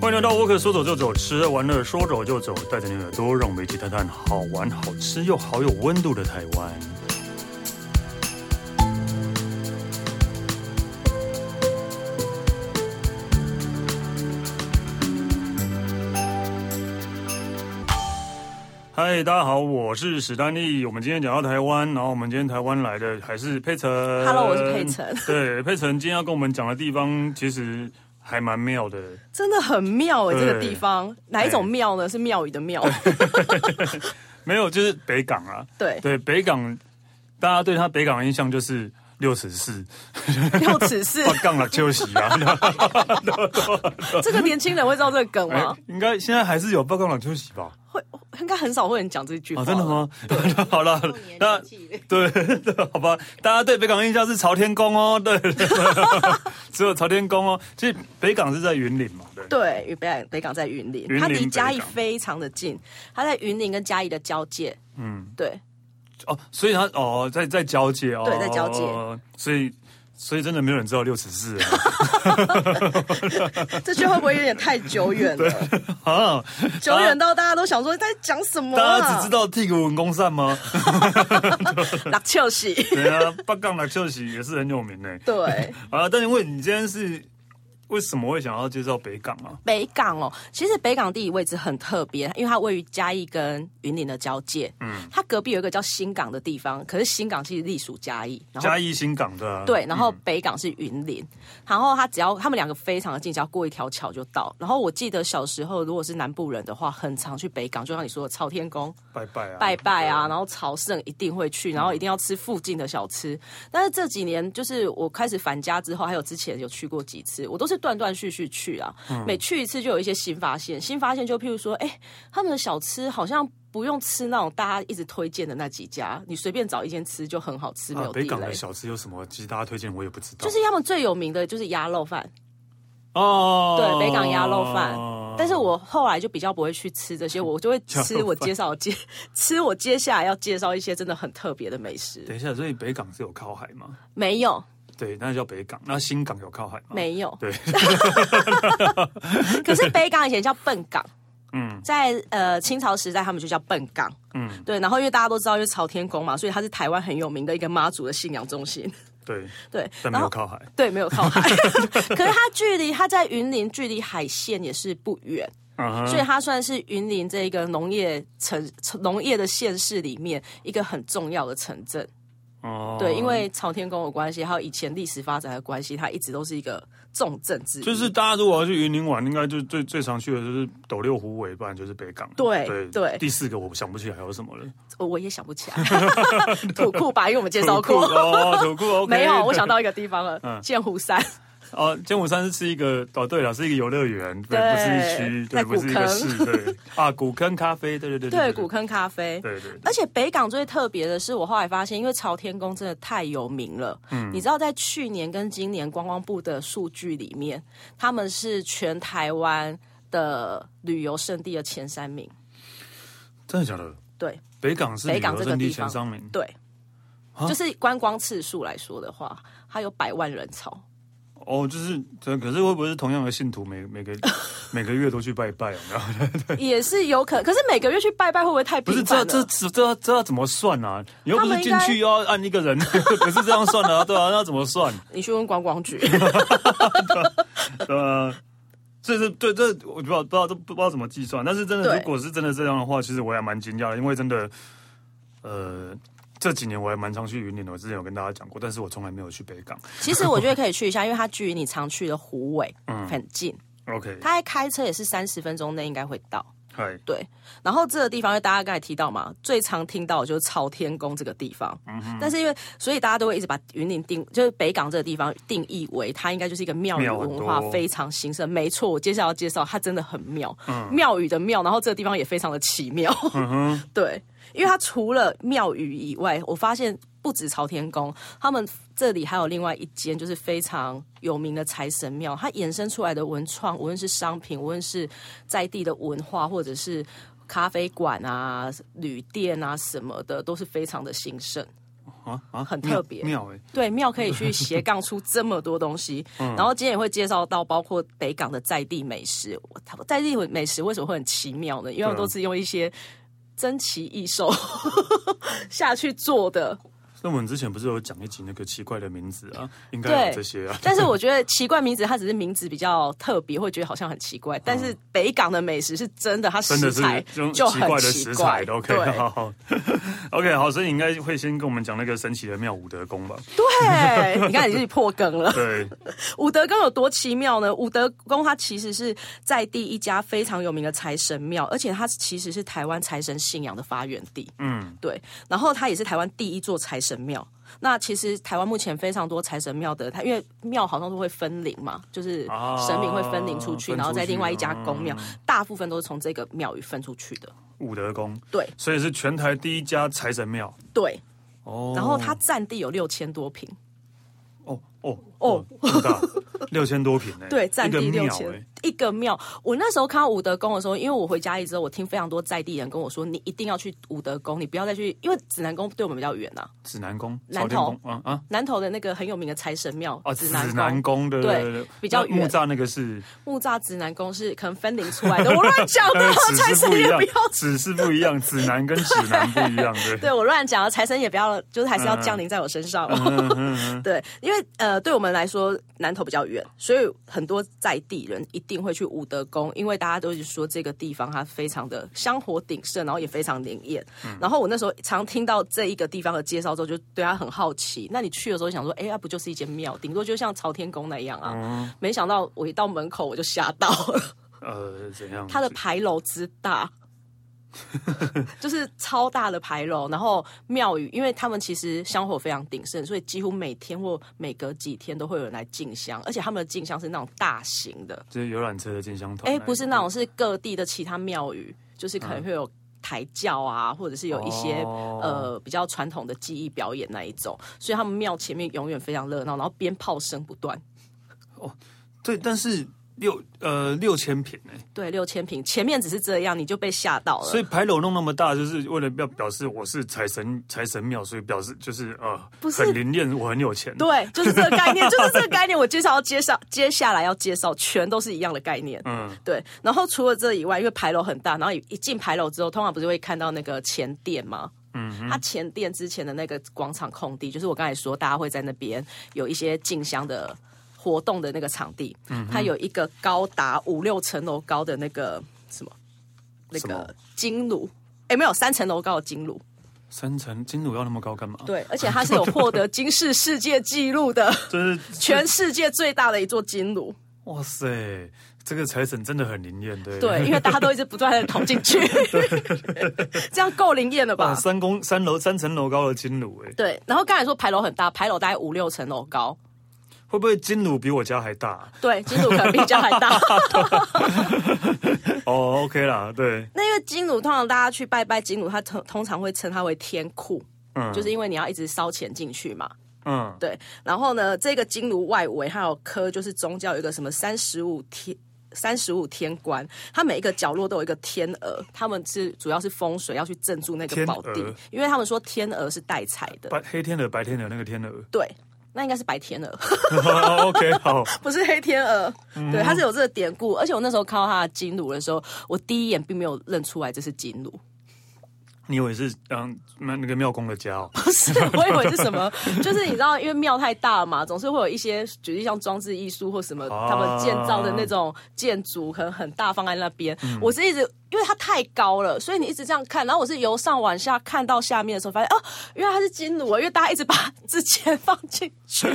欢迎来到沃克，说走就走，吃完了说走就走，带着你的耳朵，让我们一起探探好玩、好吃又好有温度的台湾。嗨，大家好，我是史丹利。我们今天讲到台湾，然后我们今天台湾来的还是佩晨。 Hello，我是佩晨。对，佩晨今天要跟我们讲的地方，其实还蛮妙的。真的很妙哎、对这个地方哪一种妙呢？是庙宇的庙，没有，就是北港啊。对，对，北港，大家对他北港的印象就是六尺四，又 此事八杠了休息 啊。这个年轻人会知道这个梗哎吗？应该现在还是有八杠了休息吧？会应该很少会有人讲这句话、啊，真的？ 吗？好了，那对对，好吧，大家对北港印象是朝天宫哦， 对，只有朝天宫哦。其实北港是在云林嘛，对。对，与北港北港在云林，云林它离嘉北义港非常的近，它在云林跟嘉义的交界。嗯，对，哦，所以他哦，在在交界哦，对在交界哦，所以所以真的没有人知道六尺四 啊这句会不会有点太久 远了？啊，久远到大家都想说在讲什么、大啊？家只知道剔骨文公扇吗？ 道拉秋喜， 对啊，八杠来秀喜也是很有名的。对。啊，但是问你今天是为什么会想要介绍北港啊？北港哦，其实北港地理位置很特别，因为它位于嘉义跟云林的交界。嗯，它隔壁有一个叫新港的地方，可是新港其实隶属嘉义，然后嘉义新港的、啊，对，然后北港是云林，然后它只要他们两个非常的近，只要过一条桥就到。然后我记得小时候如果是南部人的话，很常去北港，就像你说的朝天宫拜拜啊，拜拜啊，然后朝圣一定会去，然后一定要吃附近的小吃。但是这几年就是我开始返家之后，还有之前有去过几次，我都是断断续续去啊。嗯每去一次就有一些新发现，新发现就譬如说，哎，他们的小吃好像。不用吃那种大家一直推荐的那几家，你随便找一间吃就很好吃，没啊有地北港雷的。小吃有什么？其实大家推荐我也不知道，就是他们最有名的就是鸭肉饭，哦，对，北港鸭肉饭。但是我后来就比较不会去吃这些，我就会嗯 鸭吃肉我饭介绍接 吃我接下来要介绍一些真的很特别的美食。等一下，所以北港是有靠海吗？没有，对，那叫北港。那新港有靠海吗？没有。对， 可是北港以前叫笨港，嗯嗯，在呃清朝时代他们就叫笨港，嗯，对。然后因为大家都知道，因为朝天宫嘛，所以它是台湾很有名的一个妈祖的信仰中心， 对，对。但没有靠海。对，没有靠 海， 可是它距离它在云林距离海线也是不远，嗯所哼，以它算是云林这一个农业城、城农业的县市里面一个很重要的城镇。哦对，因为朝天宫有关系，还有以前历史发展的关系，它一直都是一个重镇之一。就是大家如果要去云林玩，应该就最最常去的就是斗六湖尾，不然就是北港。对对对第四个我想不起来还有什么了。呃我也想不起来， 土库吧，因为我们介绍土过库。 哦，土库 OK。嗯没有，我想到一个地方了，剑湖山。哦，剑湖山是一个哦，对了，是一个游乐园，对，对不是一区，对，在不是一个古坑市，对啊，古坑咖啡，对对对对，古，坑咖啡。对对，对而且北港最特别的是，我后来发现，因为朝天宫真的太有名了。嗯，你知道，在去年跟今年观光部的数据里面，他们是全台湾的旅游胜地的前三名。真的假的？对北港是旅北港游这个胜地地前方三名，对，啊就是观光次数来说的话，它有百万人潮。哦，就是，对可是会不会是同样的信徒每每 个每个月都去拜拜啊？然后也是有可能，可是每个月去拜拜会不会太不频是繁这了？哎这这这这要怎么算啊？你又不他是们应进该去又要按一个人， 不是这样算的啊？对啊，那怎么算？你去问观 光局，呃，这是对这我不知道不知道都不知道怎么计算，但是真的对如果是真的这样的话，其实我也蛮惊讶的，因为真的，呃，这几年我也蛮常去云林的，我之前有跟大家讲过，但是我从来没有去北港。其实我觉得可以去一下，因为它距离你常去的湖尾嗯很近， OK，它开车也是三十分钟内应该会到。嗨，对，然后这个地方，因为大家刚才提到嘛，最常听到的就是朝天宫这个地方。但是因为，所以大家都会一直把云林定，就是北港这个地方定义为它应该就是一个庙宇庙很文化多非常兴盛。没错，我接下来要介绍它真的很妙，庙宇的庙，然后这个地方也非常的奇妙。对，因为它除了庙宇以外，我发现不止朝天宫，他们这里还有另外一间就是非常有名的财神庙，它衍生出来的文创，无论是商品，无论是在地的文化，或者是咖啡馆啊、旅店啊什么的，都是非常的兴盛。啊啊，很特别妙哎、对，庙可以去斜杠出这么多东 西。嗯然后今天也会介绍到包括北港的在地美食，我它在地美食为什么会很奇妙呢？因啊为我们都是用一些珍奇异兽 下去做的。那我们之前不是有讲一集那个奇怪的名字啊，应该对有这些啊。但是我觉得奇怪名字，它只是名字比较特别，会觉得好像很奇怪。但是北港的美食是真的，嗯它真的食是材用就奇很怪的奇食怪材。的，OK，对好好，OK，好，所以你应该会先跟我们讲那个神奇的妙武德宫吧？对，你看你自己破梗了。对，武德宫有多奇妙呢？武德宫它其实是在地一家非常有名的财神庙，而且它其实是台湾财神信仰的发源地。嗯，对，然后它也是台湾第一座财神庙。那其实台湾目前非常多财神庙的，它因为庙好像都会分灵嘛，就是啊神明会分灵出去，分然后在哦出去嗯另外一家公庙，大部分都是从这个庙宇分出去的。武德宫，对所以是全台第一家财神庙对，哦。然后它占地有六千多平，哦哦哦哦，很大， 六千多平哎，对，占地一个六庙哎千，一个庙。我那时候看到武德宫的时候，因为我回家里之后，我听非常多在地人跟我说，你一定要去武德宫，你不要再去，因为指南宫对我们比较远啊。指南宫、南朝天投宫啊啊南投的那个很有名的财神庙，哦，指指南宫。南宫的对比较远木栅那个是木栅指南宫是可能分灵出来的，我乱讲 的，啊哎财呃指是神不一也样不要，。指是不一样，指南跟指南不一样，对 对我乱讲的，财神也不要，就是还是要降临在我身上。 对，因为呃，对我们来说，南投比较远，所以很多在地人一定会去武德宫，因为大家都是说这个地方它非常的香火鼎盛，然后也非常灵验。然后我那时候常听到这一个地方的介绍之后，就对它很好奇。那你去的时候想说，哎、呀，不就是一间庙，顶多就像朝天宫那样啊？没想到我一到门口我就吓到了。呃，怎样？它的牌楼之大， 就是超大的牌楼。然后庙宇，因为他们其实香火非常鼎盛，所以几乎每天或每隔几天都会有人来进香，而且他们的进香是那种大型的，就是游览车的进香团，哎，不是那种是各地的其他庙宇，就是可能会有。抬轿啊，或者是有一些、哦呃比较传统的技艺表演那一种，所以他们庙前面永远非常热闹，然后鞭炮声不断。对，但是六呃六千平哎，对，六千平，前面只是这样，你就被吓到了。所以牌楼弄那么大，就是为了要表示我是财神财神庙，所以表示就是呃，不是很灵验，我很有钱。对，就是这个概念，就是这个概念。我介绍要介绍，接下来要介绍，全都是一样的概念。嗯，对。然后除了这以外，因为牌楼很大，然后一一进牌楼之后，通常不是会看到那个前店吗？嗯，它前店之前的那个广场空地，就是我刚才说大家会在那边有一些进香的活动的那个场地，嗯它有一个高达五六层楼高的那个什么那什么个金炉，哎，没有三层楼高的金炉，三层金主要那么高干嘛？，对，而且它是有获得金氏世界纪录的。就是全世界最大的一座金炉，哇塞，这个财神真的很灵验，对 对，因为大家都一直不断的捅进去，这样够灵验了哇吧？三公三楼三层楼高的金炉哎，对，然后刚才说牌楼很大，牌楼大概五六层楼高，会不会金炉比我家还 大？对，金炉可能比较还 大。哦，OK 啦，对，那因为金炉通常大家去拜拜金炉，它通通常会称它为天库，嗯就是因为你要一直烧钱进去嘛。嗯，对，然后呢，这个金炉外围还有科，就是宗教有一个什么三十五天。三十五天官，它每一个角落都有一个天鹅，他们是主要是风水要去镇住那天个宝地鹅，因为他们说天鹅是带财的，白黑天鹅白天鹅那个天鹅 哦对，那应该是白天鹅， ，OK 好，不是黑天鹅，嗯对，它是有这个典故。而且我那时候看到它的金炉的时候，我第一眼并没有认出来这是金炉，你以为是嗯那那个庙公的家 哦？不是，我以为是什么，就是你知道，因为庙太大了嘛，总是会有一些，举例像装置艺术或什么，啊嗯他们建造的那种建筑，可能很大放在那边。我是一直因为它太高了，所以你一直这样看，然后我是由上往下看到下面的时候，发现哦，原来它是金炉啊，因为大家一直把纸钱放进去，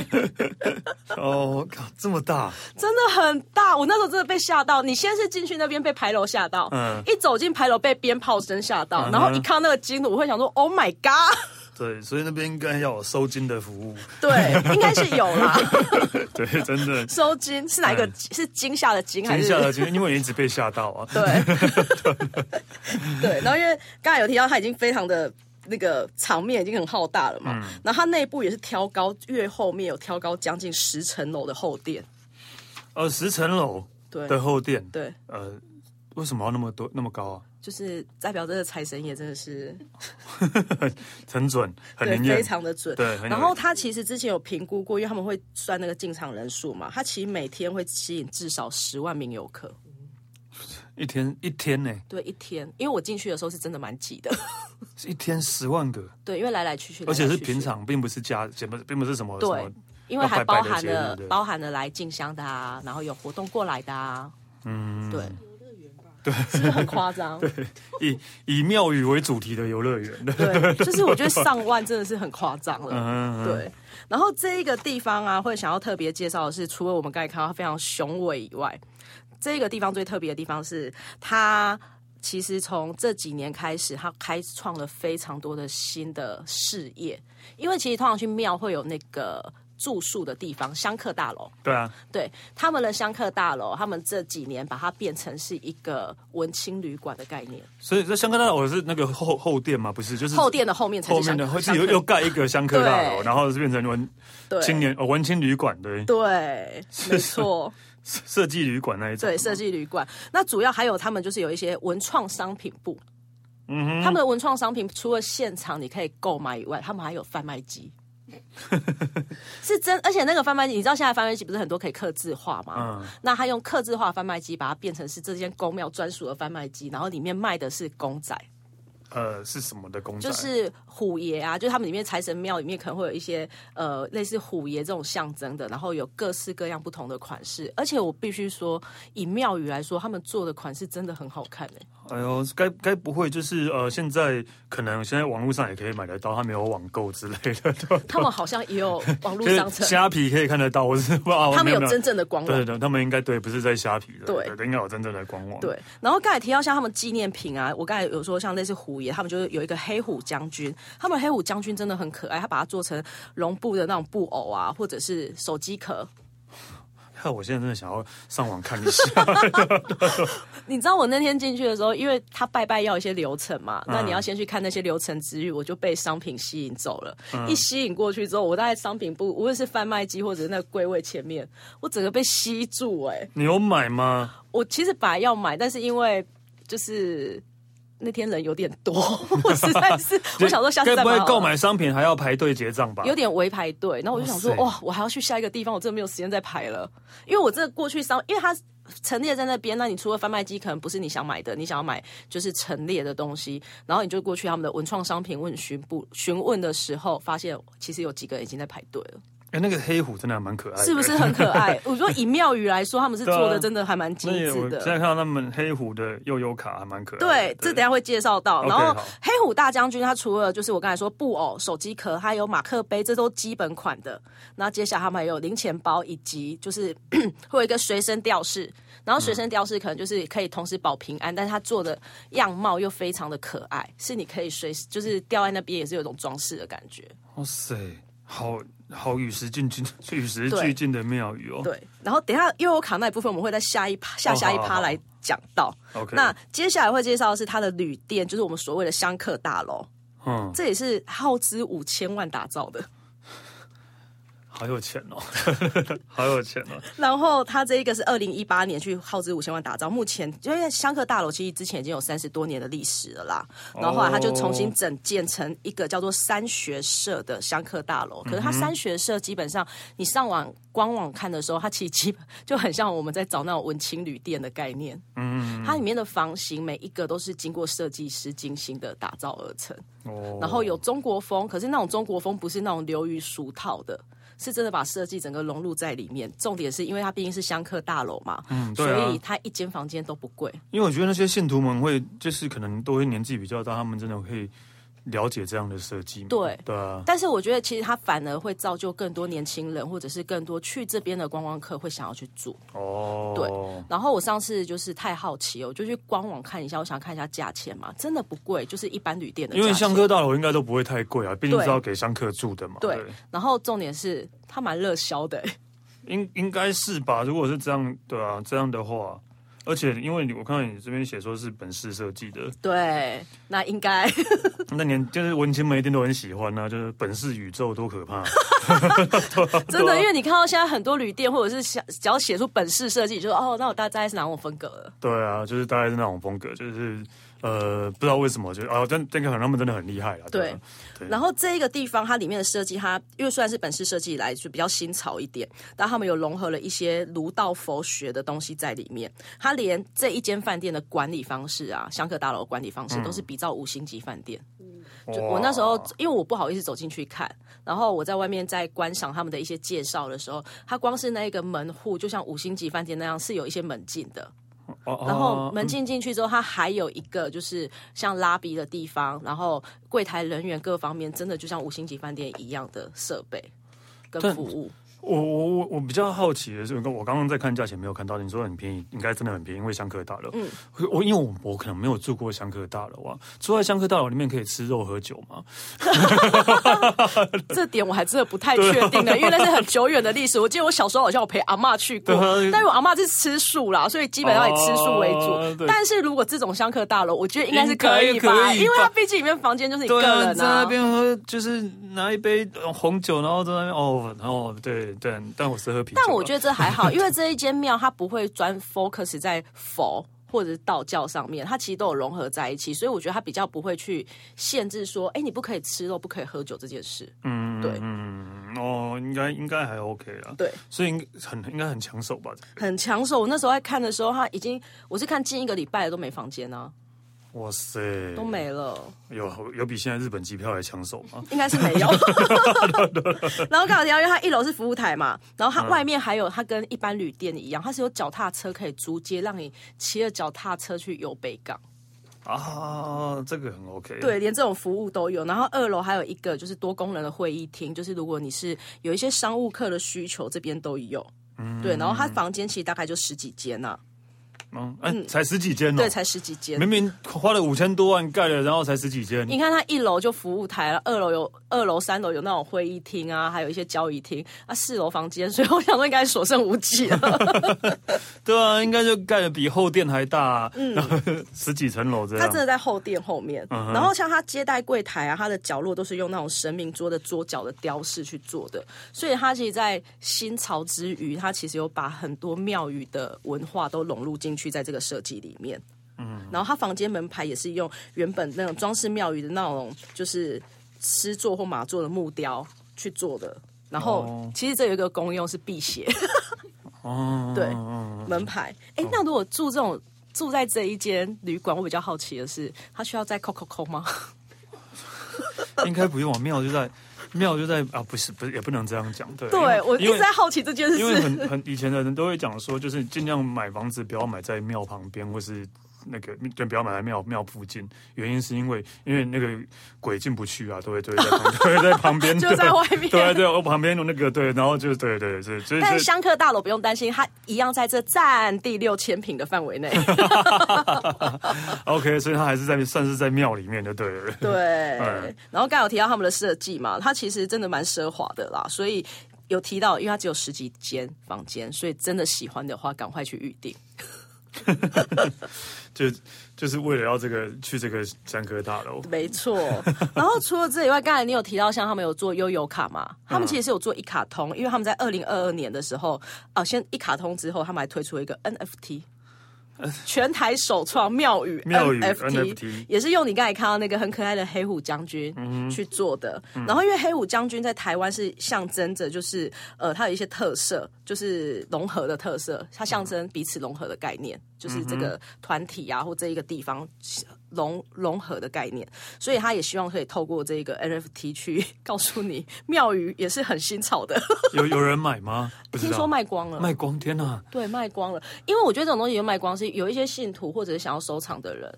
哦，靠，这么大，真的很大。我那时候真的被吓到，你先是进去那边被牌楼吓到，嗯一走进牌楼被鞭炮声吓到，哼然后一看到那个金炉，我会想说，Oh my god！对，所以那边应该要有收金的服务，对，应该是有啦。 对，真的。收金是哪一个嗯？是惊吓的惊还惊是？吓了，惊，因为你一直被吓到啊。 对对，然后因为刚才有提到，它已经非常的那个场面已经很浩大了嘛，嗯然后它内部也是挑高，越后面有挑高将近十层楼的后殿，呃，十层楼对的后殿，对呃，为什么要那么多那么高啊？ 就是代表这个财神爷真的是很准，很对灵验，非常的准。对。很有然后他其实之前有评估过，因为他们会算那个进场人数嘛，他其实每天会吸引至少十万名游客，一天一天呢，对，一天。因为我进去的时候是真的蛮挤的， 是一天十万个，对，因为来来去去，而且来来是去去平，常，并不是加，并不并不是什么什对么，因为还要拜拜包的含节日了对包含了来进香的啊，然后有活动过来的啊，嗯，对，是 不是很夸张？以以庙宇为主题的游乐园。对对，就是我觉得上万真的是很夸张了。嗯对，然后这一个地方啊，会想要特别介绍的是，除了我们刚才看到它非常雄伟以外，这个地方最特别的地方是它。其实从这几年开始，它开创了非常多的新的事业，因为其实通常去庙会有那个住宿的地方，香客大楼。对啊，对他们的香客大楼，他们这几年把它变成是一个文青旅馆的概念，所以这香客大楼是那个后后殿嘛，不是就是后殿的后面才后是香面客的，会香是又客又盖一个香客大楼，对然后是变成文对青年哦文青旅馆，对，对，没错，设计旅馆那一种。对设计旅馆。那主要还有他们就是有一些文创商品部，嗯哼，他们的文创商品除了现场你可以购买以外，他们还有贩 卖机。是真，而且那个贩卖机，你知道现在贩卖机不是很多可以刻字化吗？嗯那他用刻字化贩卖机把它变成是这间公庙专属的贩卖机，然后里面卖的是公仔，呃是什么的公仔？就是虎爷啊，就是他们里面财神庙里面可能会有一些呃类似虎爷这种象征的，然后有各式各样不同的款式。而且我必须说，以庙宇来说，他们做的款式真的很好看诶、欸 哎呦，该该不会就是呃，现在可能现在网络上也可以买得到，它没有网购之类的，对吧他们好像也有网络就商是城，虾皮可以看得到，我是不知道他们有没真正的官对网对。对，他们应该对，不是在虾皮的，对应该有真正的官网。 对，然后刚才提到像他们纪念品啊，我刚才有说像类似虎爷，他们就是有一个黑虎将军，他们的黑虎将军真的很可爱，他把它做成绒布的那种布偶啊，或者是手机壳，看哎我现在真的想要上网看一下， 你知道我那天进去的时候，因为他拜拜要一些流程嘛，那你要先去看那些流程之余，我就被商品吸引走了。一吸引过去之后，我大概商品部，无论是贩卖机或者是那个柜位前面，我整个被吸住、欸。你有买吗？我其实本来要买，但是因为就是那天人有点多， 我实在是我想说下次该再不买会好了购买商品还要排队结账吧？有点围排队，然后我就想说，哇塞哇，我还要去下一个地方，我真的没有时间再排了，因为我这过去商，因为它陈列在那边，那你除了贩卖机，可能不是你想买的，你想要买就是陈列的东西，然后你就过去他们的文创商品问询部询问的时候，发现其实有几个人已经在排队了，哎、那个黑虎真的还蛮可爱的，是不是？很可爱？我说以妙语来说，他们是对啊做的真的还蛮精 那也致我现的。在看到他们黑虎的悠悠卡还蛮可爱的。对，这等一下会介绍到。 OK，然后好黑虎大将军，他除了就是我刚才说布偶、手机壳，还有马克杯，这都基本款的。那接下来他们还有零钱包，以及就是 会有一个随身吊饰。然后随身吊饰可能就是可以同时保平安，但是它做的样貌又非常的可爱，是你可以随时就是吊在那边也是有一种装饰的感觉。哇塞，好好与时俱进，与时对俱进的妙语哦。对，然后等一下悠悠卡那一部分我们会在下一趴下下一哦好趴好来讲到。 OK，那接下来会介绍的是它的旅店，就是我们所谓的香客大楼。嗯，这也是耗资五千万打造的。 好有钱哦， 好有钱哦。然后它这一个是二零一八年去耗资五千万打造，目前因为香客大楼其实之前已经有三十多年的历史了啦，然后后来它就重新整建成一个叫做三学社的香客大楼。可是它三学社基本上你上网官网看的时候，它其实基本就很像我们在找那种文青旅店的概念。嗯，它里面的房型每一个都是经过设计师精心的打造而成。哦，然后有中国风，可是那种中国风不是那种流于俗套的，是真的把设计整个融入在里面。重点是因为它毕竟是香客大楼嘛，嗯对啊所以它一间房间都不贵。因为我觉得那些信徒们会，就是可能都会年纪比较大，他们真的会了解这样的设计嘛。对对啊，但是我觉得其实它反而会造就更多年轻人，或者是更多去这边的观光客会想要去住。哦，对然后我上次就是太好奇了，我就去官网看一下，我想看一下价钱嘛，真的不贵，就是一般旅店的价因钱。为香客大楼应该都不会太贵啊，毕竟对是要给香客住的嘛。对，然后重点是它蛮热销的、 应应该是吧？如果是这样，对啊，这样的话，而而且因为你我看到你这边写说是本市设计 的，对，那应该那年就是文青们一定都很喜欢啊，就是本市宇宙多可 怕，真啊的，因为你看到现在很多旅店或者是想只要写出本市设计，就说哦，那我大概是哪种风格了。对啊，就是大概是那种风格，就是呃，不知道为什么，就是啊，但但可能他们真的很厉害啦。对啊，对然后这一个地方它里面的设计，它因为虽然是本市设计以来就比较新潮一点，但他们有融合了一些儒道佛学的东西在里面。它连这一间饭店的管理方式啊，香客大楼的管理方式都是比照五星级饭店。就我那时候嗯哇，因为我不好意思走进去看，然后我在外面在观赏他们的一些介绍的时候，它光是那一个门户，就像五星级饭店那样是有一些门禁的。哦哦然后门禁进去之后，它还有一个就是像拉比的地方，然后柜台人员各方面真的就像五星级饭店一样的设备跟但服务。我我我我比较好奇的是，我刚刚在看价钱没有看到，你说很便宜，应该真的很便宜，因为香客大楼。嗯，我因为我我可能没有住过香客大楼啊，住在香客大楼里面可以吃肉喝酒嘛。这点我还真的不太啊确定了，因为那是很久远的历史。我记得我小时候好像我陪阿嬷去过对啊，但是我阿嬷是吃素啦，所以基本上以吃素为哦主。对但是如果这种香客大楼，我觉得应该是可应该以吧，可以吧因为它毕竟里面房间就是你个对啊，人在那边喝就是拿一杯呃红酒，然后在那边哦，然后对对，但我是喝啤酒啊。但我觉得这还好，因为这一间庙它不会专 focus 在佛或者是道教上面，它其实都有融合在一起，所以我觉得它比较不会去限制说，哎、你不可以吃肉、不可以喝酒这件事。嗯，对嗯哦，应该应该还 OK 啊，对，所以应该很应该很抢手吧？很抢手。我那时候在看的时候，它已经我是看近一个礼拜了都没房间啊，哇塞，都没了，有有比现在日本机票还抢手吗？应该是没 有。然后刚好提到，因为它一楼是服务台嘛，然后它外面还有它跟一般旅店一样，它是有脚踏车可以租借，让你骑着脚踏车去游北港。啊，这个很 OK。对，连这种服务都有。然后二楼还有一个就是多功能的会议厅，就是如果你是有一些商务客的需求，这边都有。对，然后它房间其实大概就十几间呐、嗯，哎、才十几间哦，对，才十几间。明明花了五千多万盖了，然后才十几间。你看，它一楼就服务台了，二楼有二楼、三楼有那种会议厅啊，还有一些交易厅啊，四楼房间，所以我想说应该所剩无几了。对啊，应该就盖的比后殿还大、然后嗯 十几层楼这它真样。的在后殿后面，嗯然后像它接待柜台啊，它的角落都是用那种神明桌的桌角的雕饰去做的，所以它其实，在新潮之余，它其实有把很多庙宇的文化都融入进去在这个设计里面。嗯，然后它房间门牌也是用原本那种装饰庙宇的那种，就是狮座或马座的木雕去做的。然后，哦其实这有一个功用是辟邪，哦，对嗯门牌。哎，那如果住这种住在这一间旅馆，我比较好奇的是，它需要再扣扣扣吗？呃应该不用啊，庙就在庙就在啊，不是不是，也不能这样讲。对，对我一因直为在好奇这件因为事。很很以前的人都会讲说，就是尽量买房子不要买在庙旁边，或是。那个就不要买在庙庙附近，原因是因为因为那个鬼进不去啊，都会都会在旁都会在旁边， 就在外面对对，我旁边有那个对，然后就对对对，所以所但是以香客大楼不用担心，它一样在这占地六千平的范 围内。 OK，所以他还是在算是在庙里面的，对了。对嗯，然后刚有提到他们的设计嘛，它其实真的蛮奢华的啦，所以有提到，因为它只有十几间房间，所以真的喜欢的话，赶快去预定。 就就是为了要这个去这个香科大 楼，没错。然后除了这以外，刚才你有提到像他们有做悠游卡嘛？他们其实是有做一卡通，因为他们在二零二二年的时候，啊、先一卡通之后，他们还推出了一个 NFT。全台首创庙宇庙宇 NFT, NFT 也是用你刚才看到那个很可爱的黑虎将军嗯去做的。然后因为黑虎将军在台湾是象征着就是呃，它有一些特色，就是融合的特色，它象征彼此融合的概嗯念，就是这个团体啊或这一个地方融融合的概念。所以他也希望可以透过这个 NFT 去告诉你，庙宇也是很新潮的。有有人买吗？不知道听说卖光了，卖光，天啊哪！对，卖光了。因为我觉得这种东西就卖光，是有一些信徒或者是想要收藏的人。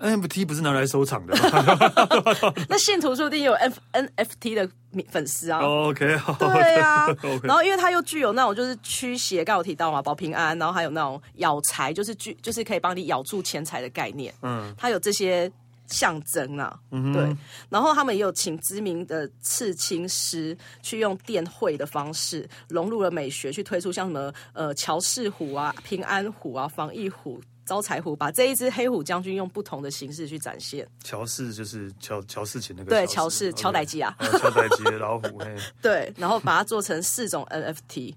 NFT 哎不是拿来收藏的 吗那信徒说不定也有 F NFT 的粉丝啊。 ？OK，好，对啊 OK，然后因为它又具有那种就是驱邪，刚有提到嘛，保平安，然后还有那种咬财，就是具就是可以帮你咬住钱财的概念。嗯，它有这些象征啊，对。然后他们也有请知名的刺青师去用电绘的方式融入了美学，去推出像什么呃乔氏虎啊、平安虎啊、防疫虎、招财虎，把这一只黑虎将军用不同的形式去展现。乔氏就是乔乔氏琴那个对，乔乔氏乔代逮基啊，乔代吉的老虎嘿，对，然后把它做成四种 NFT。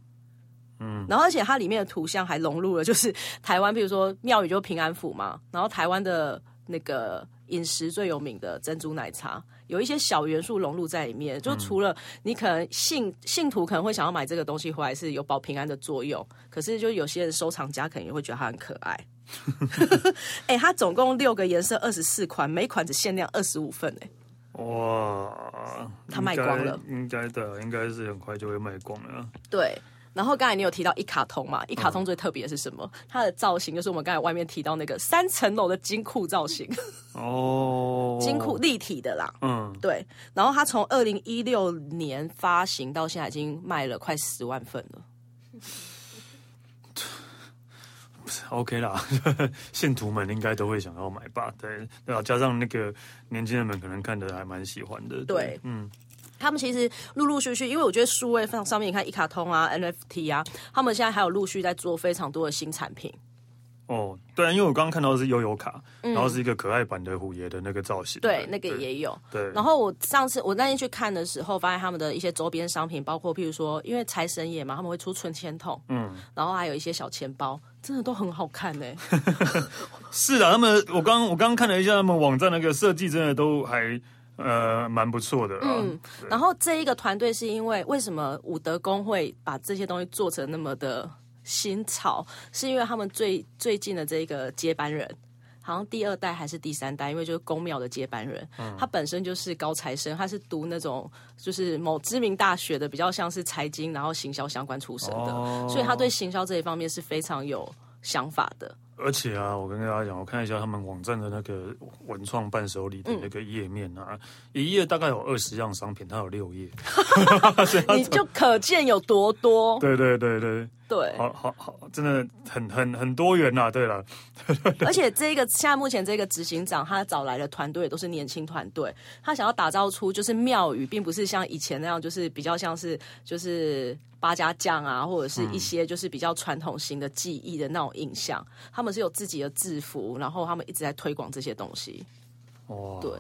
嗯，然后而且它里面的图像还融入了，就是台湾，比如说庙宇就平安符嘛，然后台湾的那个饮食最有名的珍珠奶茶，有一些小元素融入在里面。就除了你可能信信徒可能会想要买这个东西回来是有保平安的作用，可是就有些人收藏家可能也会觉得它很可爱。 哎、它总共六个颜色，二十四款，每款只限量二十五份、哎，哇，他卖光了应该，应该的，应该是很快就会卖光了。对。然后刚才你有提到一卡通嘛？一卡通最特别的是什么？它的造型就是我们刚才外面提到那个三层楼的金库造型，哦，金库，立体的啦。嗯，对，然后它从二零一六年发行到现在已经卖了快十万份了。 OK 啦， 信徒们应该都会想要买吧？对，对啊，加上那个年轻人们可能看的还蛮喜欢的。对嗯，他们其实陆陆续续，因为我觉得数位上上面，你看一卡通啊、NFT 啊，他们现在还有陆续在做非常多的新产品。哦，对啊，因为我刚刚看到的是悠悠卡，然后是一个可爱版的虎爷的那个造型。嗯对，那个也有。对，然后我上次我那天去看的时候，发现他们的一些周边商品，包括譬如说，因为财神爷嘛，他们会出存钱筒，嗯，然后还有一些小钱包，真的都很好看欸呢、是啊，他们我刚我刚刚看了一下他们网站那个设计，真的都还呃蛮不错的啊。嗯，然后这一个团队是因为为什么武德公会把这些东西做成那么的新潮，是因为他们最最近的这个接班人。好像第二代还是第三代，因为就是公庙的接班人，嗯他本身就是高材生，他是读那种就是某知名大学的，比较像是财经然后行销相关出身的，哦所以他对行销这一方面是非常有想法的。而且啊，我跟大家讲，我看一下他们网站的那个文创伴手礼嗯的那个页面啊，一页大概有二十样商品，它有六页。你就可见有多多，对对对对，对，好好好，真的很很很多元呐、对了，而且这个现在目前这个执行长他找来的团队都是年轻团队，他想要打造出就是庙宇，并不是像以前那样，就是比较像是就是八家将啊，或者是一些就是比较传统型的技艺的那种印象。他们是有自己的制服，然后他们一直在推广这些东西。哇，对，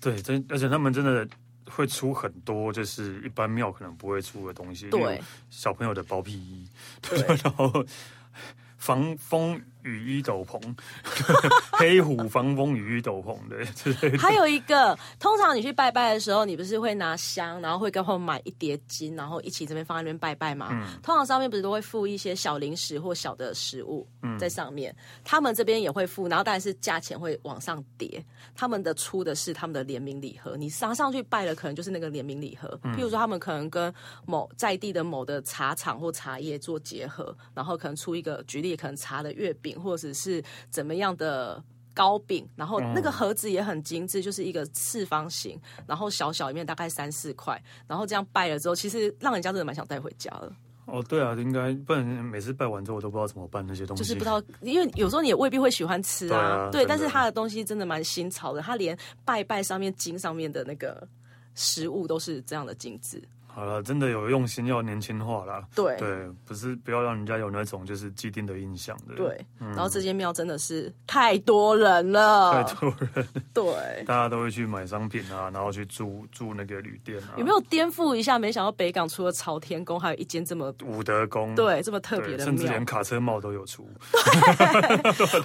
对，真而且他们真的。会出很多，就是一般庙可能不会出的东西，对，小朋友的包屁衣，对， 然后防风雨衣斗篷， 黑虎防风雨衣斗篷，对，之类的还有一个，通常你去拜拜的时候，你不是会拿香，然后会跟他们买一叠金，然后一起这边放在那边拜拜嘛？通常上面不是都会附一些小零食或小的食物在上面，他们这边也会附，然后但是价钱会往上叠。他们的出的是他们的联名礼盒，你上上去拜了，可能就是那个联名礼盒。譬如说，他们可能跟某在地的某的茶厂或茶叶做结合，然后可能出一个举例，可能茶的月饼或者是怎么样的糕饼，然后那个盒子也很精致，就是一个四方形，然后小小一面大概三四块，然后这样拜了之后，其实让人家真的蛮想带回家的，哦，对啊，应该不然每次拜完之后我都不知道怎么办那些东西，就是不知道，因为有时候你也未必会喜欢吃对啊啊，对，真的但是它的东西真的蛮新潮的，它连拜拜上面金上面的那个食物都是这样的精致，好了，真的有用心要年轻化啦。对对，不是不要让人家有那种就是既定的印象的。，对，嗯然后这间庙真的是太多人了太，多人，对。大家都会去买商品啊，然后去住住那个旅 店啊。有没有颠覆一下？没想到北港除了朝天宫，还有一间这么武德宫？对这么特别嗯对，的甚至庙连。卡车帽都有出。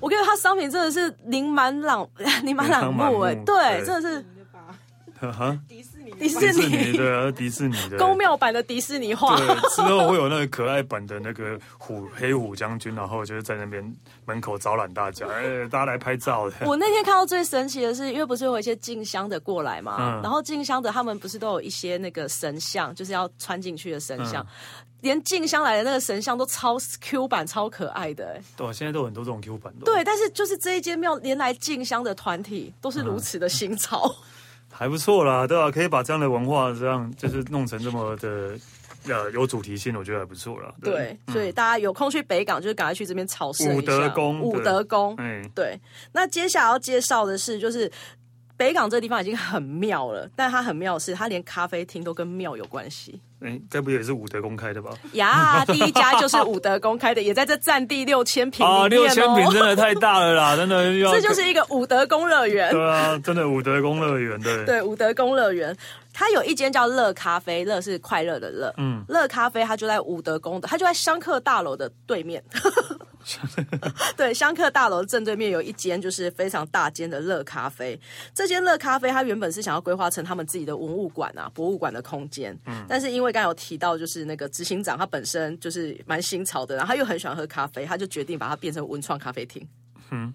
我跟你说，它商品真的是琳满 朗 琳满朗目哎、琳琅满目对，对真的是吧？哈，迪士尼迪迪士士尼尼对啊，迪士尼的 宫庙版的迪士尼画。对，之后会有那个可爱版的那个虎黑虎将军，然后就是在那边门口招揽大 家，哎，大家来拍照 的。我那天看到最神奇的是，因为不是有一些进香的过来嘛，嗯然后进香的他们不是都有一些那个神像，就是要穿进去的神像，嗯连进香来的那个神像都超 Q 版、超可爱的、哎对啊，现在都有很多这种 Q 版的。对，但是就是这一间庙，连来进香的团体都是如此的新潮。还不错啦，对吧、可以把这样的文化这样就是弄成这么的呃有主题性，我觉得还不错啦。对，所以大家有空去北港，就是赶快去这边朝圣一嗯下武德宫武德宫。哎，对，那接下来要介绍的是，就是北港这个地方已经很妙了，但它很妙的是，它连咖啡厅都跟庙有关系。哎，该不也是武德公开的吧？ 呀，第一家就是武德公开的，也在这占地六千平里面哦。啊六千平真的太大了 啦，真的要这就是一个武德公乐园。对啊，真的武德公乐园，对对，武德公乐园，它有一间叫乐咖啡，乐是快乐的乐，嗯，乐咖啡它就在武德宫的，它就在香客大楼的对面。 对，香客大楼正对面有一间就是非常大间的乐咖啡。这间乐咖啡它原本是想要规划成他们自己的文物馆啊、博物馆的空间，嗯，但是因为刚才有提到，就是那个执行长他本身就是蛮新潮的，然后他又很喜欢喝咖啡，他就决定把它变成文创咖啡厅。嗯，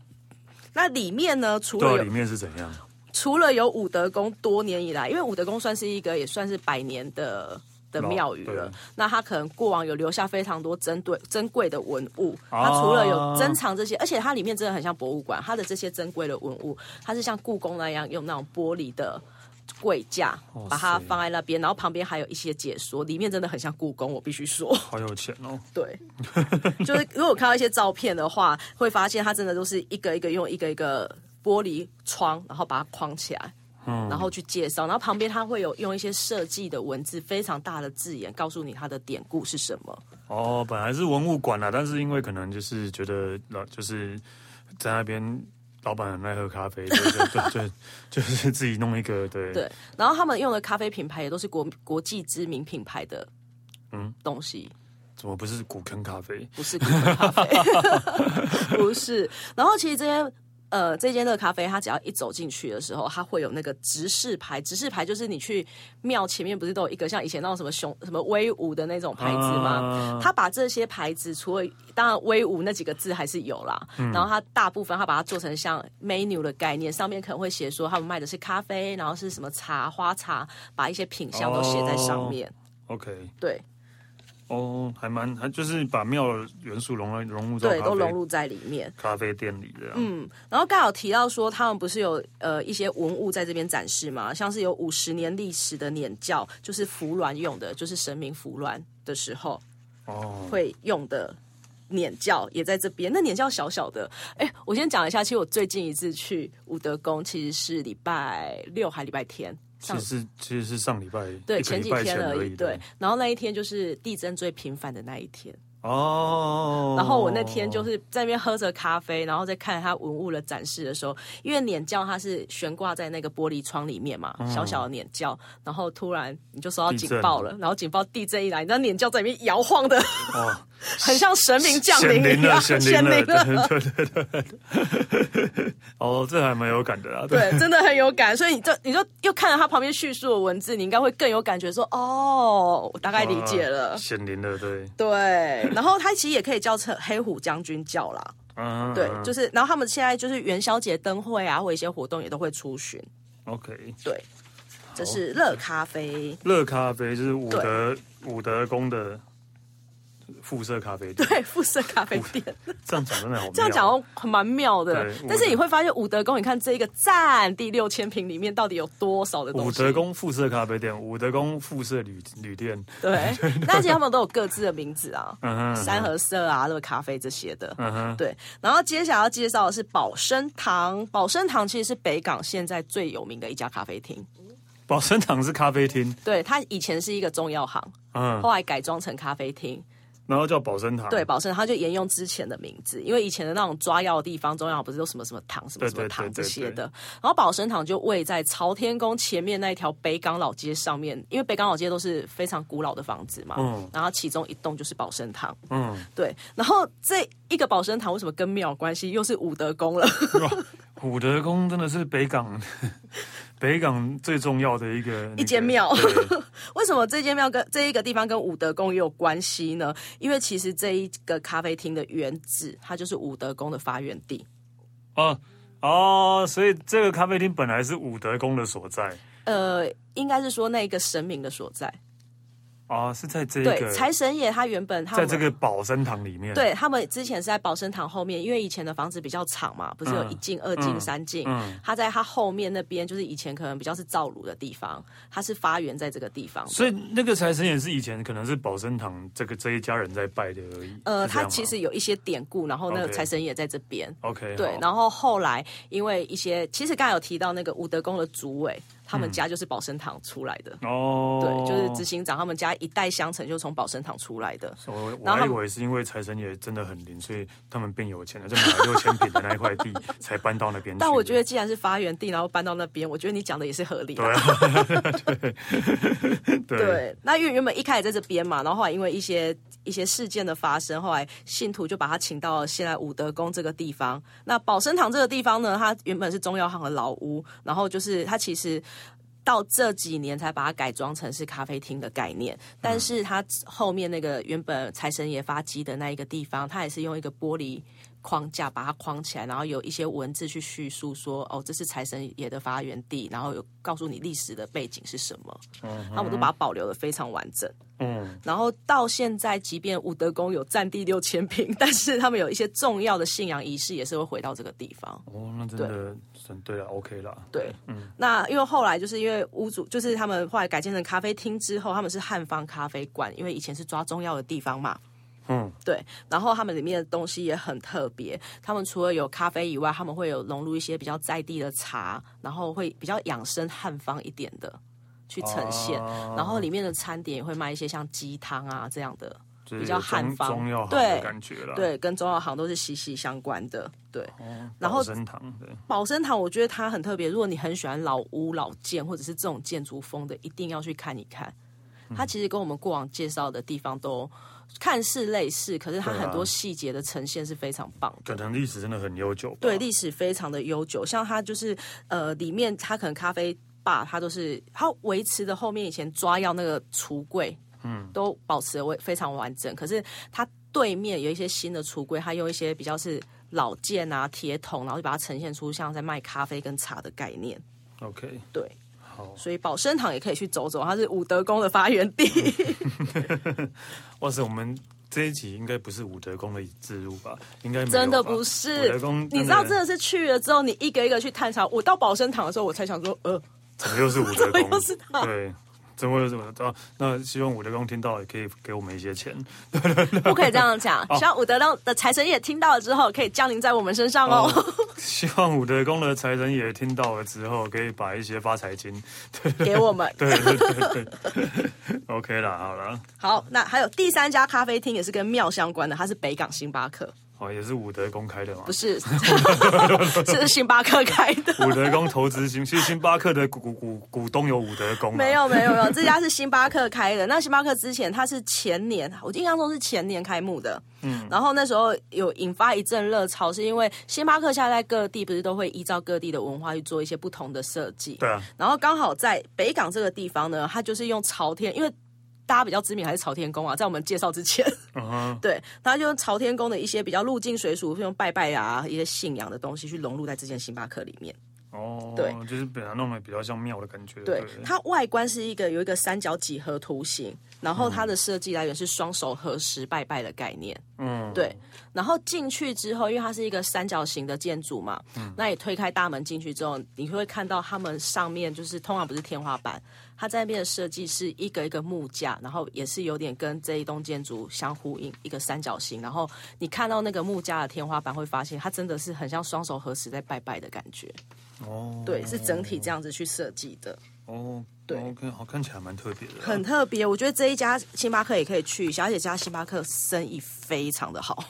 那里面呢，除了对、啊、里面是怎样？除了有武德宫多年以来，因为武德宫算是一个也算是百年的。的庙宇了，那他可能过往有留下非常多珍贵珍贵的文物。它除了有珍藏这些，而且它里面真的很像博物馆。它的这些珍贵的文物，它是像故宫那样用那种玻璃的柜架把它放在那边，然后旁边还有一些解说，里面真的很像故宫。我必须说，好有钱哦。对， 就是如果看到一些照片的话，会发现它真的都是一个一个用一个一个玻璃窗，然后把它框起来。嗯、然后去介绍，然后旁边他会有用一些设计的文字，非常大的字眼告诉你它的典故是什么。哦，本来是文物馆啦，但是因为可能就是觉得老就是在那边老板很爱喝咖啡，对对对， 就是自己弄一个对对。然后他们用的咖啡品牌也都是国国际知名品牌的嗯东西。嗯怎么不是古坑咖啡？不是古坑咖啡， 不是。然后其实这些。呃，这间乐咖啡，它只要一走进去的时候，它会有那个执事牌。执事牌就是你去庙前面不是都有一个像以前那种什么熊、什么威武的那种牌子吗？他、啊、把这些牌子，除了当然威武那几个字还是有啦，嗯、然后它大部分它把它做成像 menu 的概念，上面可能会写说他们卖的是咖啡，然后是什么茶、花茶，把一些品相都写在上面。哦、OK，对。哦，还蛮，还就是把庙元素融融入对，都融入在里面咖啡店里的。嗯，然后刚好提到说，他们不是有呃一些文物在这边展示嘛，像是有五十年历史的碾轿，就是服銮用的，就是神明服銮的时候哦会用的碾轿也在这边。那碾轿小小的，哎，我先讲一下，其实我最近一次去武德宫其实是礼拜六还礼拜天。其实其实是上礼拜对前几天而已，对，然后那一天就是地震最频繁的那一天哦。然后我那天就是在那边喝着咖啡，然后在看它文物的展示的时候，因为脸教它是悬挂在那个玻璃窗里面嘛，哦嗯、小小的脸教，然后突然你就收到警报了，然后警报地震一来，你知道脸教在里面摇 晃的，哦、很像神明降临一样，显灵 了，对对对对。哦，这还蛮有感的啊！对，真的很有感，所以你就你就又看了他旁边叙述的文字，你应该会更有感觉说，说哦，我大概理解了，啊显灵了，对对。然后它其实也可以叫成黑虎将军叫啦，嗯，对，就是，然后他们现在就是元宵节灯会啊，或一些活动也都会出巡。 OK，对，这是乐咖啡，乐咖啡就是武德武德宫的。复色咖啡店，对，复色咖啡店，这样讲真的好，这样讲很蛮妙的。但是你会发现武德宫，你看这一个占地六千平里面，到底有多少的东西？武德宫复色咖啡店，武德宫复色旅旅店，嗯 对，那其实他们都有各自的名字啊，三合色啊，乐咖啡这些的，对。然后接下来要介绍的是宝生堂，宝生堂其实是北港现在最有名的一家咖啡厅。宝生堂是咖啡厅，对，它以前是一个中药行，嗯，后来改装成咖啡厅。然后叫保生堂，对，保生堂就沿用之前的名字，因为以前的那种抓药的地方，中药不是都什么什么堂、什么什么堂这些的。然后保生堂就位在朝天宫前面那一条北港老街上面，因为北港老街都是非常古老的房子嘛，嗯，然后其中一栋就是保生堂，嗯，对。然后这一个保生堂为什么跟庙有关系？又是武德宫了， 武德宫真的是北港。 北港最重要的一个、那個、一间庙，为什么这间庙跟这一个地方跟武德宫也有关系呢？因为其实这一个咖啡厅的原址，它就是武德宫的发源地。哦哦，所以这个咖啡厅本来是武德宫的所在。呃，应该是说那一个神明的所在。啊，是在这对，个，财神爷他原本他在们这个保生堂里面，，对他们之前是在保生堂后面，因为以前的房子比较长嘛，不是有嗯一进、二进、嗯三进，嗯他在他后面那边就是以前可能比较是造炉的地方，他是发源在这个地方。所以那个财神也是以前可能是保生堂这个这一家人在拜的而已。呃，是这样他吗其实有一些典故，然后那个 OK 哦财神爷在这边。 OK 对好，然后后来因为一些，其实刚才有提到那个武德宫的主委，他们家就是保生堂出来的，嗯哦，对，就是执行长他们家一代相承就是从保生堂出来的。我我然还后他以们为是因为财神爷真的很灵，所以他们变有钱了，就买了六千平的那一块 地才搬到那边去。但我觉得既然是发源地，然后搬到那边，我觉得你讲的也是 合理的。对啊，对对对，那因为原本一开始在这边嘛，然后后来因为一些一些事件的发生，后来信徒就把他请到现在武德宫这个地方。那保生堂这个地方呢，它原本是中药行的老屋，然后就是它其实。到这几年才把它改装成是咖啡厅的概念，但是它后面那个原本财神爷发迹的那一个地方，它也是用一个玻璃框架把它框起来，然后有一些文字去叙述说，哦，这是财神爷的发源地，然后有告诉你历史的背景是什么。那我们都把它保留的非常完整。嗯，然后到现在，即便武德宫有占地六千平， 但是他们有一些重要的信仰仪式也是会回到这个地方。哦，那真的真对了，OK 啦，对，那因为后来就是因为屋主，就是他们后来改建成咖啡厅之后，他们是汉方咖啡馆，因为以前是抓中药的地方嘛。嗯，对，然后他们里面的东西也很特别。他们除了有咖啡以外，他们会有融入一些比较在地的茶，然后会比较养生汉方一点的去呈现。啊然后里面的餐点也会卖一些像鸡汤啊这样的，就是比较有中汉方中药行的对感觉啦。，对，跟中药行都是息息相关的。对，嗯然后保生堂对，保生堂我觉得它很特别，如果你很喜欢老屋老建或者是这种建筑风的，一定要去看一看。嗯它其实跟我们过往介绍的地方都看似类似，可是它对啊很多细节的呈现是非常棒的。可能历史真的很悠久吧。对，历史非常的悠久。像它就是呃，里面它可能咖啡吧，它都是它维持的后面以前抓药那个橱柜，嗯，都保持的为非常完整。可是它对面有一些新的橱柜，它用一些比较是老件啊、铁桶，然后就把它呈现出像在卖咖啡跟茶的概念。 OK，对，好，所以保生堂也可以去走走，它是武德宫的发源 地。哇塞，我们这一集应该不是武德宫的之路吧？应该没有吧真的不武是德宫，你知道真的是去了之后，你一个一个去探查。我到保生堂的时候，我才想说，呃，怎么又是武德 怎宫？么又是他对，怎么又是武德？啊那希望武德宫听到也可以给我们一些钱 不可以这样 讲。希望武德亮的财神爷听到了之后，可以降临在我们身上哦。希望武德宫的财神爷听到了之后，可以把一些发财金。 给我 们。对对对对，OK 啦，好啦，好，那还有第三家咖啡厅也是跟庙相关的，它是北港星巴克，好也是武德宫开的嘛不。是， 是星巴克开的。 武德宫投资星，其实星巴克的股股股股东有武德宫、啊，没有没有没有，这家是星巴克开的。那星巴克之前它是前年，我印象中是前年开幕的。嗯，然后那时候有引发一阵热潮，是因为星巴克现在在各地不是都会依照各地的文化去做一些不同的设计。对啊，然后刚好在北港这个地方呢，它就是用朝天，因为大家比较知名还是朝天宫啊，在我们介绍之前， 嗯哼，对，它就用朝天宫的一些比较入境水俗，用拜拜啊一些信仰的东西去融入在这间星巴克里面。哦，对，就是本来弄得比较像庙的感觉，对不，它外观是一个有一个三角几何图形，然后它的设计来源是双手合十拜拜的概念。嗯，对，然后进去之后，因为它是一个三角形的建筑嘛，那你推开大门进去之后，你会看到它们上面就是通常不是天花板，它在那边的设计是一个一个木架，然后也是有点跟这一栋建筑相呼应，一个三角形。然后你看到那个木架的天花板，会发现它真的是很像双手合十在拜拜的感觉。哦，对，是整体这样子去设计的。哦，对，OK，好，看起来蛮特别的啊，很特别，我觉得这一家星巴克也可以去一下，而且这家星巴克生意非常的好。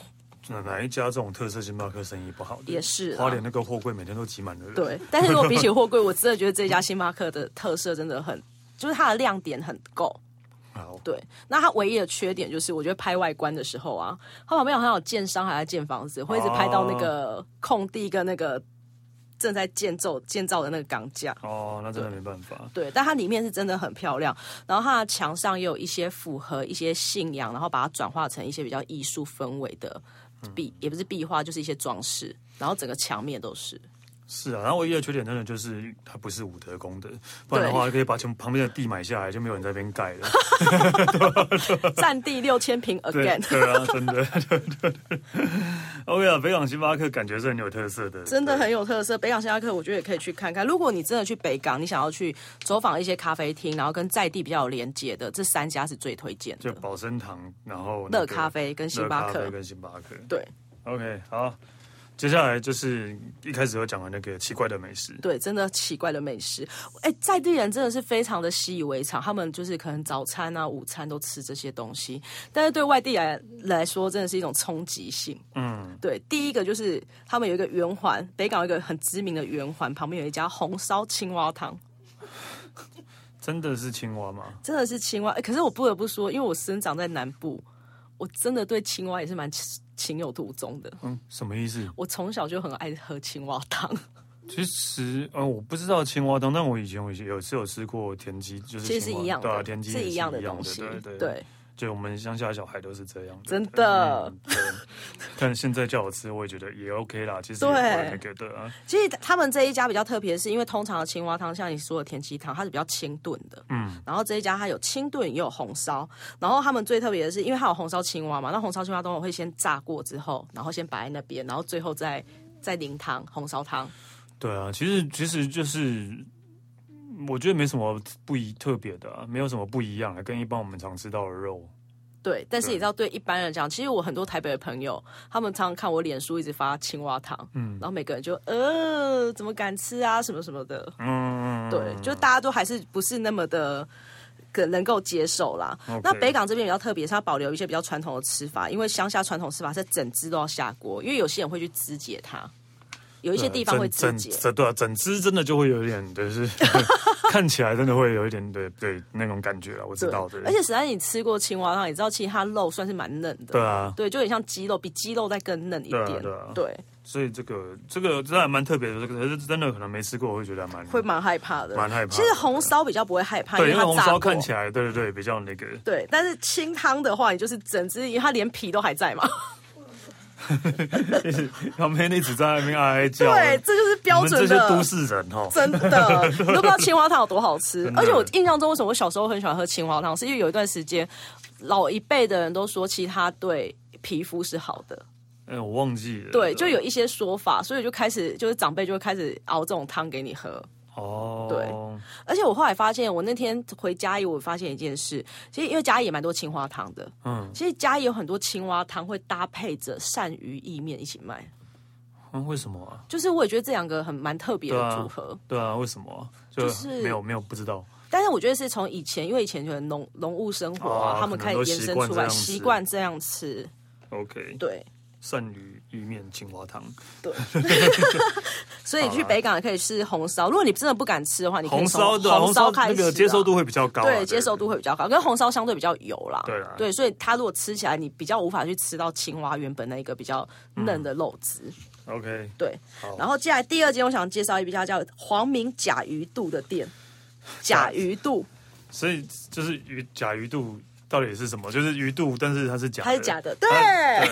哪哪一家这种特色星巴克生意不好的？也是啊花莲那个货柜每天都挤满了人。对，但是如果比起货柜，我真的觉得这家星巴克的特色真的很，就是它的亮点很够。好，对，那它唯一的缺点就是，我觉得拍外观的时候啊，它旁边好像有建商还在建房子，会一直拍到那个空地跟那个正在建造建造的那个钢架。哦，那真的没办法。对，但它里面是真的很漂亮，然后它的墙上也有一些符合一些信仰，然后把它转化成一些比较艺术氛围的壁，也不是壁画，就是一些装饰，然后整个墙面都是。是啊，然后唯一的缺点真的就是它不是武德宫的，不然的话可以把全旁边的地买下来，就没有人在那边盖 了。占地六千平 对 again， 对啊，真的， 对对对。OK 啊，北港星巴克感觉是很有特色的，真的对很有特色。北港星巴克，我觉得也可以去看看。如果你真的去北港，你想要去走访一些咖啡厅，然后跟在地比较有连接的，这三家是最推荐就的。保生堂，然后那乐个咖啡跟星乐巴咖啡克，跟星巴克。对 OK，好，接下来就是一开始有讲的那个奇怪的美食，对，真的奇怪的美食。哎，在地人真的是非常的习以为常，他们就是可能早餐啊、午餐都吃这些东西，但是对外地来来说，真的是一种冲击性。嗯，对，第一个就是他们有一个圆环，北港有一个很知名的圆环，旁边有一家红烧青蛙汤，真的是青蛙吗？真的是青蛙。诶可是我不得不说，因为我生长在南部，我真的对青蛙也是蛮情情有独钟的。嗯，什么意思？我从小就很爱喝青蛙汤，其实，呃，我不知道青蛙汤，但我以前我有是有吃过田鸡，就是其实是青蛙一样对啊，的，田鸡也是是一样的东西。对对，对就我们乡下小孩都是这样的，真的嗯对，但现在叫我吃，我也觉得也 OK 啦。其实对也不会那个的啊，其实他们这一家比较特别，是因为通常的青蛙汤，像你说的田鸡汤，它是比较清炖的。嗯，然后这一家它有清炖也有红烧，然后他们最特别的是，因为它有红烧青蛙嘛，那红烧青蛙通常会先炸过之后，然后先摆在那边，然后最后再再淋汤红烧汤。对啊，其实其实就是。我觉得没什么不一特别的、啊，没有什么不一样的，跟一般我们常吃到的肉，对，但是你知道，对一般人讲，其实我很多台北的朋友，他们常常看我脸书一直发青蛙汤，嗯然后每个人就呃怎么敢吃啊什么什么的，嗯，对，就大家都还是不是那么的。可能够接受啦。 OK 那北港这边比较特别，是它保留一些比较传统的吃法，因为乡下传统吃法是整只都要下锅，因为有些人会去肢解它，有一些地方会肢啊整解。整对啊，整只真的就会有一点，就是 看起来真的会有一点，对对那种感觉啊，我知对道的。而且实在你吃过青蛙汤，你知道其实它肉算是蛮嫩的，对啊对，就有点像鸡肉，比鸡肉再更嫩一对啊点，对啊对，所以这个这个真的还蛮特别的，这个可是真的可能没吃过，我会觉得还蛮会蛮害怕的，蛮害怕的其实红烧比较不会害怕，对，因因为为它红炸烧过看起来，对对对，比较那个。对，但是清汤的话，你就是整只，因为它连皮都还在嘛， 旁边一直在那边哀哀叫，对，这就是标啊你准们这些的都市人哦，真 的，你都不知道青蛙汤有多好吃。的而且我印象中，为什么我小时候很喜欢喝青蛙汤，是因为有一段时间，老一辈的人都说，其实它对皮肤是好的。哎，我忘记了，对，就有一些说法，所以就开始就是长辈就会开始熬这种汤给你喝。哦，对，而且我后来发现，我那天回嘉义，我发现一件事，其实因为嘉义也蛮多青蛙汤的，嗯，其实嘉义有很多青蛙汤会搭配着鳝鱼意面一起卖，嗯为什么啊？就是我也觉得这两个很蛮特别的组合。对啊，为什么啊？就就是没有没有不知道，但是我觉得是从以前，因为以前可能农农务生活啊，哦他们开始延伸可出能来，都习习惯惯这样吃。 OK，对鳝鱼意面青蛙汤，对，所以去北港也可以吃红烧。如果你真的不敢吃的话，你可以红从烧的啊红红烧烧开那始、个接受。度会比较高啊，对，接受度会比较高，跟红烧相对比较油啦。对啊啦所以它如果吃起来，你比较无法去吃到青蛙原本那一个比较嫩的肉质。 OK，对嗯好，然后接下来第二间，我想介绍一家叫黄明甲鱼肚的店，甲鱼肚所以就是鱼甲鱼肚到底是什么？就是鱼肚，但是它是假的，它是假的，对。它，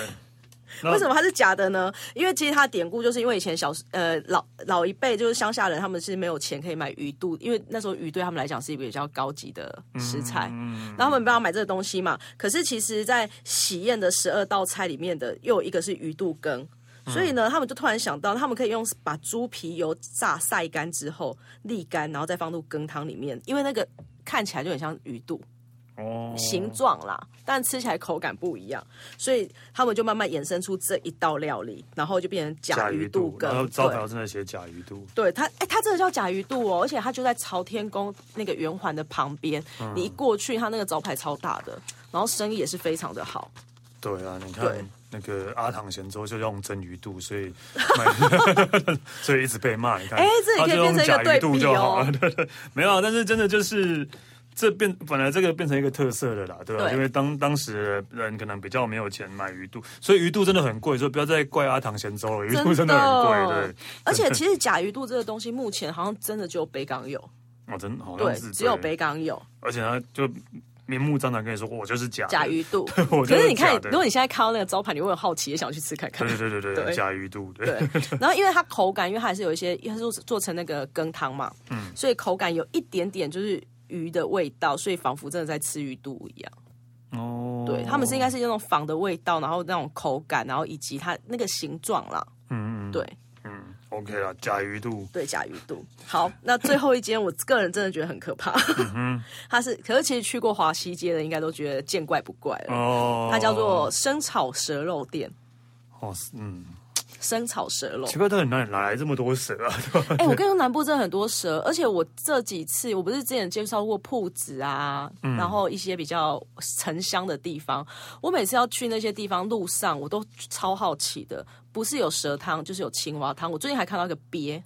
对为什？么它是假的呢？因为其实它的典故就是因为以前小时呃老老一辈就是乡下人，他们是没有钱可以买鱼肚，因为那时候鱼对他们来讲是一个比较高级的食材，嗯然后他们没办法买这个东西嘛。可是其实，在喜宴的十二道菜里面的又有一个是鱼肚羹。所以呢，他们就突然想到，他们可以用把猪皮油炸晒干之后沥干，然后再放入羹汤里面，因为那个看起来就很像鱼肚，那哦，形状啦，但吃起来口感不一样，所以他们就慢慢衍生出这一道料理，然后就变成甲甲鱼鱼肚肚，羹。然后招牌对，真的写甲鱼肚，对它，哎，它真的叫甲鱼肚哦，而且它就在朝天宫那个圆环的旁边，嗯你一过去，它那个招牌超大的，然后生意也是非常的好。对啊，你对看。那个阿唐咸粥就用真鱼肚， 所以卖 所以一直被骂。你看，哎这也可以他就用变成一个甲鱼肚对比就好哦了。 对对，没有啊，但是真的就是这变本来这个变成一个特色了啦，对吧、对因为当当时的人可能比较没有钱买鱼肚，所以鱼肚真的很贵，所以不要再怪阿唐咸粥了，鱼肚真的很贵。而且其实甲鱼肚这个东西，目前好像真的只有北港有，对，哦，真的好像对是，只有对北港有。而且它就明目张胆跟你说我就是假的 甲鱼肚。我就可是你假看，的如果你现在看到那个招牌，你会有好奇，也想去吃看看对。对对对对对甲鱼肚对 对，然后因为它口感，因为它还是有一些，因为它是做做成那个羹汤嘛，嗯所以口感有一点点就是鱼的味道，所以仿佛真的在吃鱼肚一样。哦，对，他们是应该是那种仿的味道，然后那种口感，然后以及它那个形状啦。嗯嗯对嗯 OK 啦，甲鱼肚对，甲鱼肚。好，那最后一间，我个人真的觉得很可怕。嗯它是，可是其实去过华西街的，应该都觉得见怪不怪了。哦，它叫做生炒蛇肉店，哦嗯，生炒蛇肉。奇怪，到底哪里哪来这么多蛇啊？ 对吧？哎、我跟你说，南部真的很多蛇，而且我这几次，我不是之前介绍过铺子啊，嗯然后一些比较城乡的地方，我每次要去那些地方，路上我都超好奇的，不是有蛇汤，就是有青蛙汤。我最近还看到一个鳖，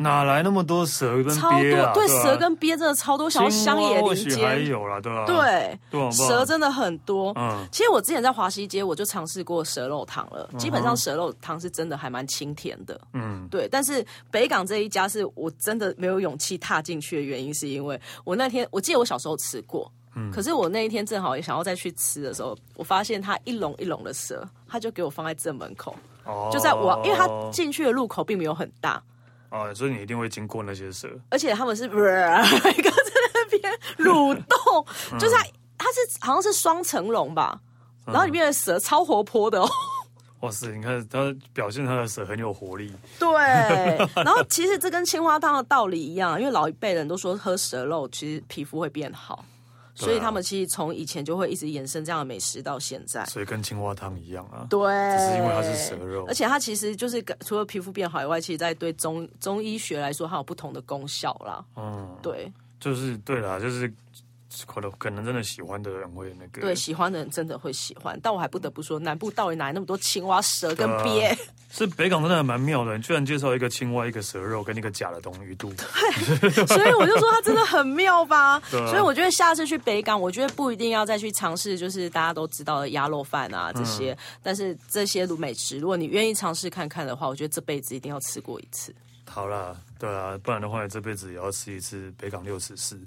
哪来那么多蛇跟超多，鳖啊？对吧蛇跟鳖真的超多，想要青乡蛙野或林许还间，有啦，对吧？对，对吧，蛇真的很多。嗯其实我之前在华西街，我就尝试过蛇肉汤了。基本上蛇肉汤是真的还蛮清甜的，嗯对，但是北港这一家是我真的没有勇气踏进去的原因，是因为我那天我记得我小时候吃过，嗯可是我那一天正好也想要再去吃的时候，我发现它一笼一笼的蛇，它就给我放在正门口，哦，就在我、因为它进去的路口并没有很大，啊，所以你一定会经过那些蛇，而且他们是 一个在那边蠕动，嗯就是它它是好像是双层笼吧，然后里面的蛇超活泼的哦。哇塞！你看它表现它的蛇很有活力，对， 然后其实这跟青花汤的道理一样，因为老一辈人都说喝蛇肉其实皮肤会变好，啊所以他们其实从以前就会一直延伸这样的美食到现在。所以跟青蛙汤一样啊。对，只是因为它是蛇肉而且它其实就是除了皮肤变好以外，其实在对中中医学来说，它有不同的功效啦。嗯，对就是对啦，就是可能可能真的喜欢的人会那个对，喜欢的人真的会喜欢，但我还不得不说，南部到底哪来那么多青蛙、蛇跟对啊鳖？是北港真的还蛮妙的，你居然介绍一个青蛙、一个蛇肉跟一个假的东鱼肚。 所以我就说它真的很妙吧。对啊所以我觉得下次去北港，我觉得不一定要再去尝试，就是大家都知道的鸭肉饭啊这嗯些，但是这些卤美食，如果你愿意尝试看看的话，我觉得这辈子一定要吃过一次。好啦，对啊，不然的话，你这辈子也要吃一次北港六十四。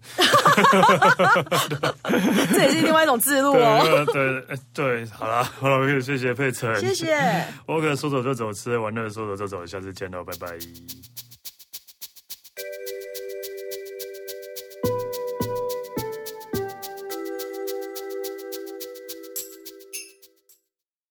这也是另外一种自录哦。对对对对，好啦， 好了，谢谢佩晨，谢。谢。 OK，说走就走，吃喝玩乐说走就走，下次见喽，拜拜。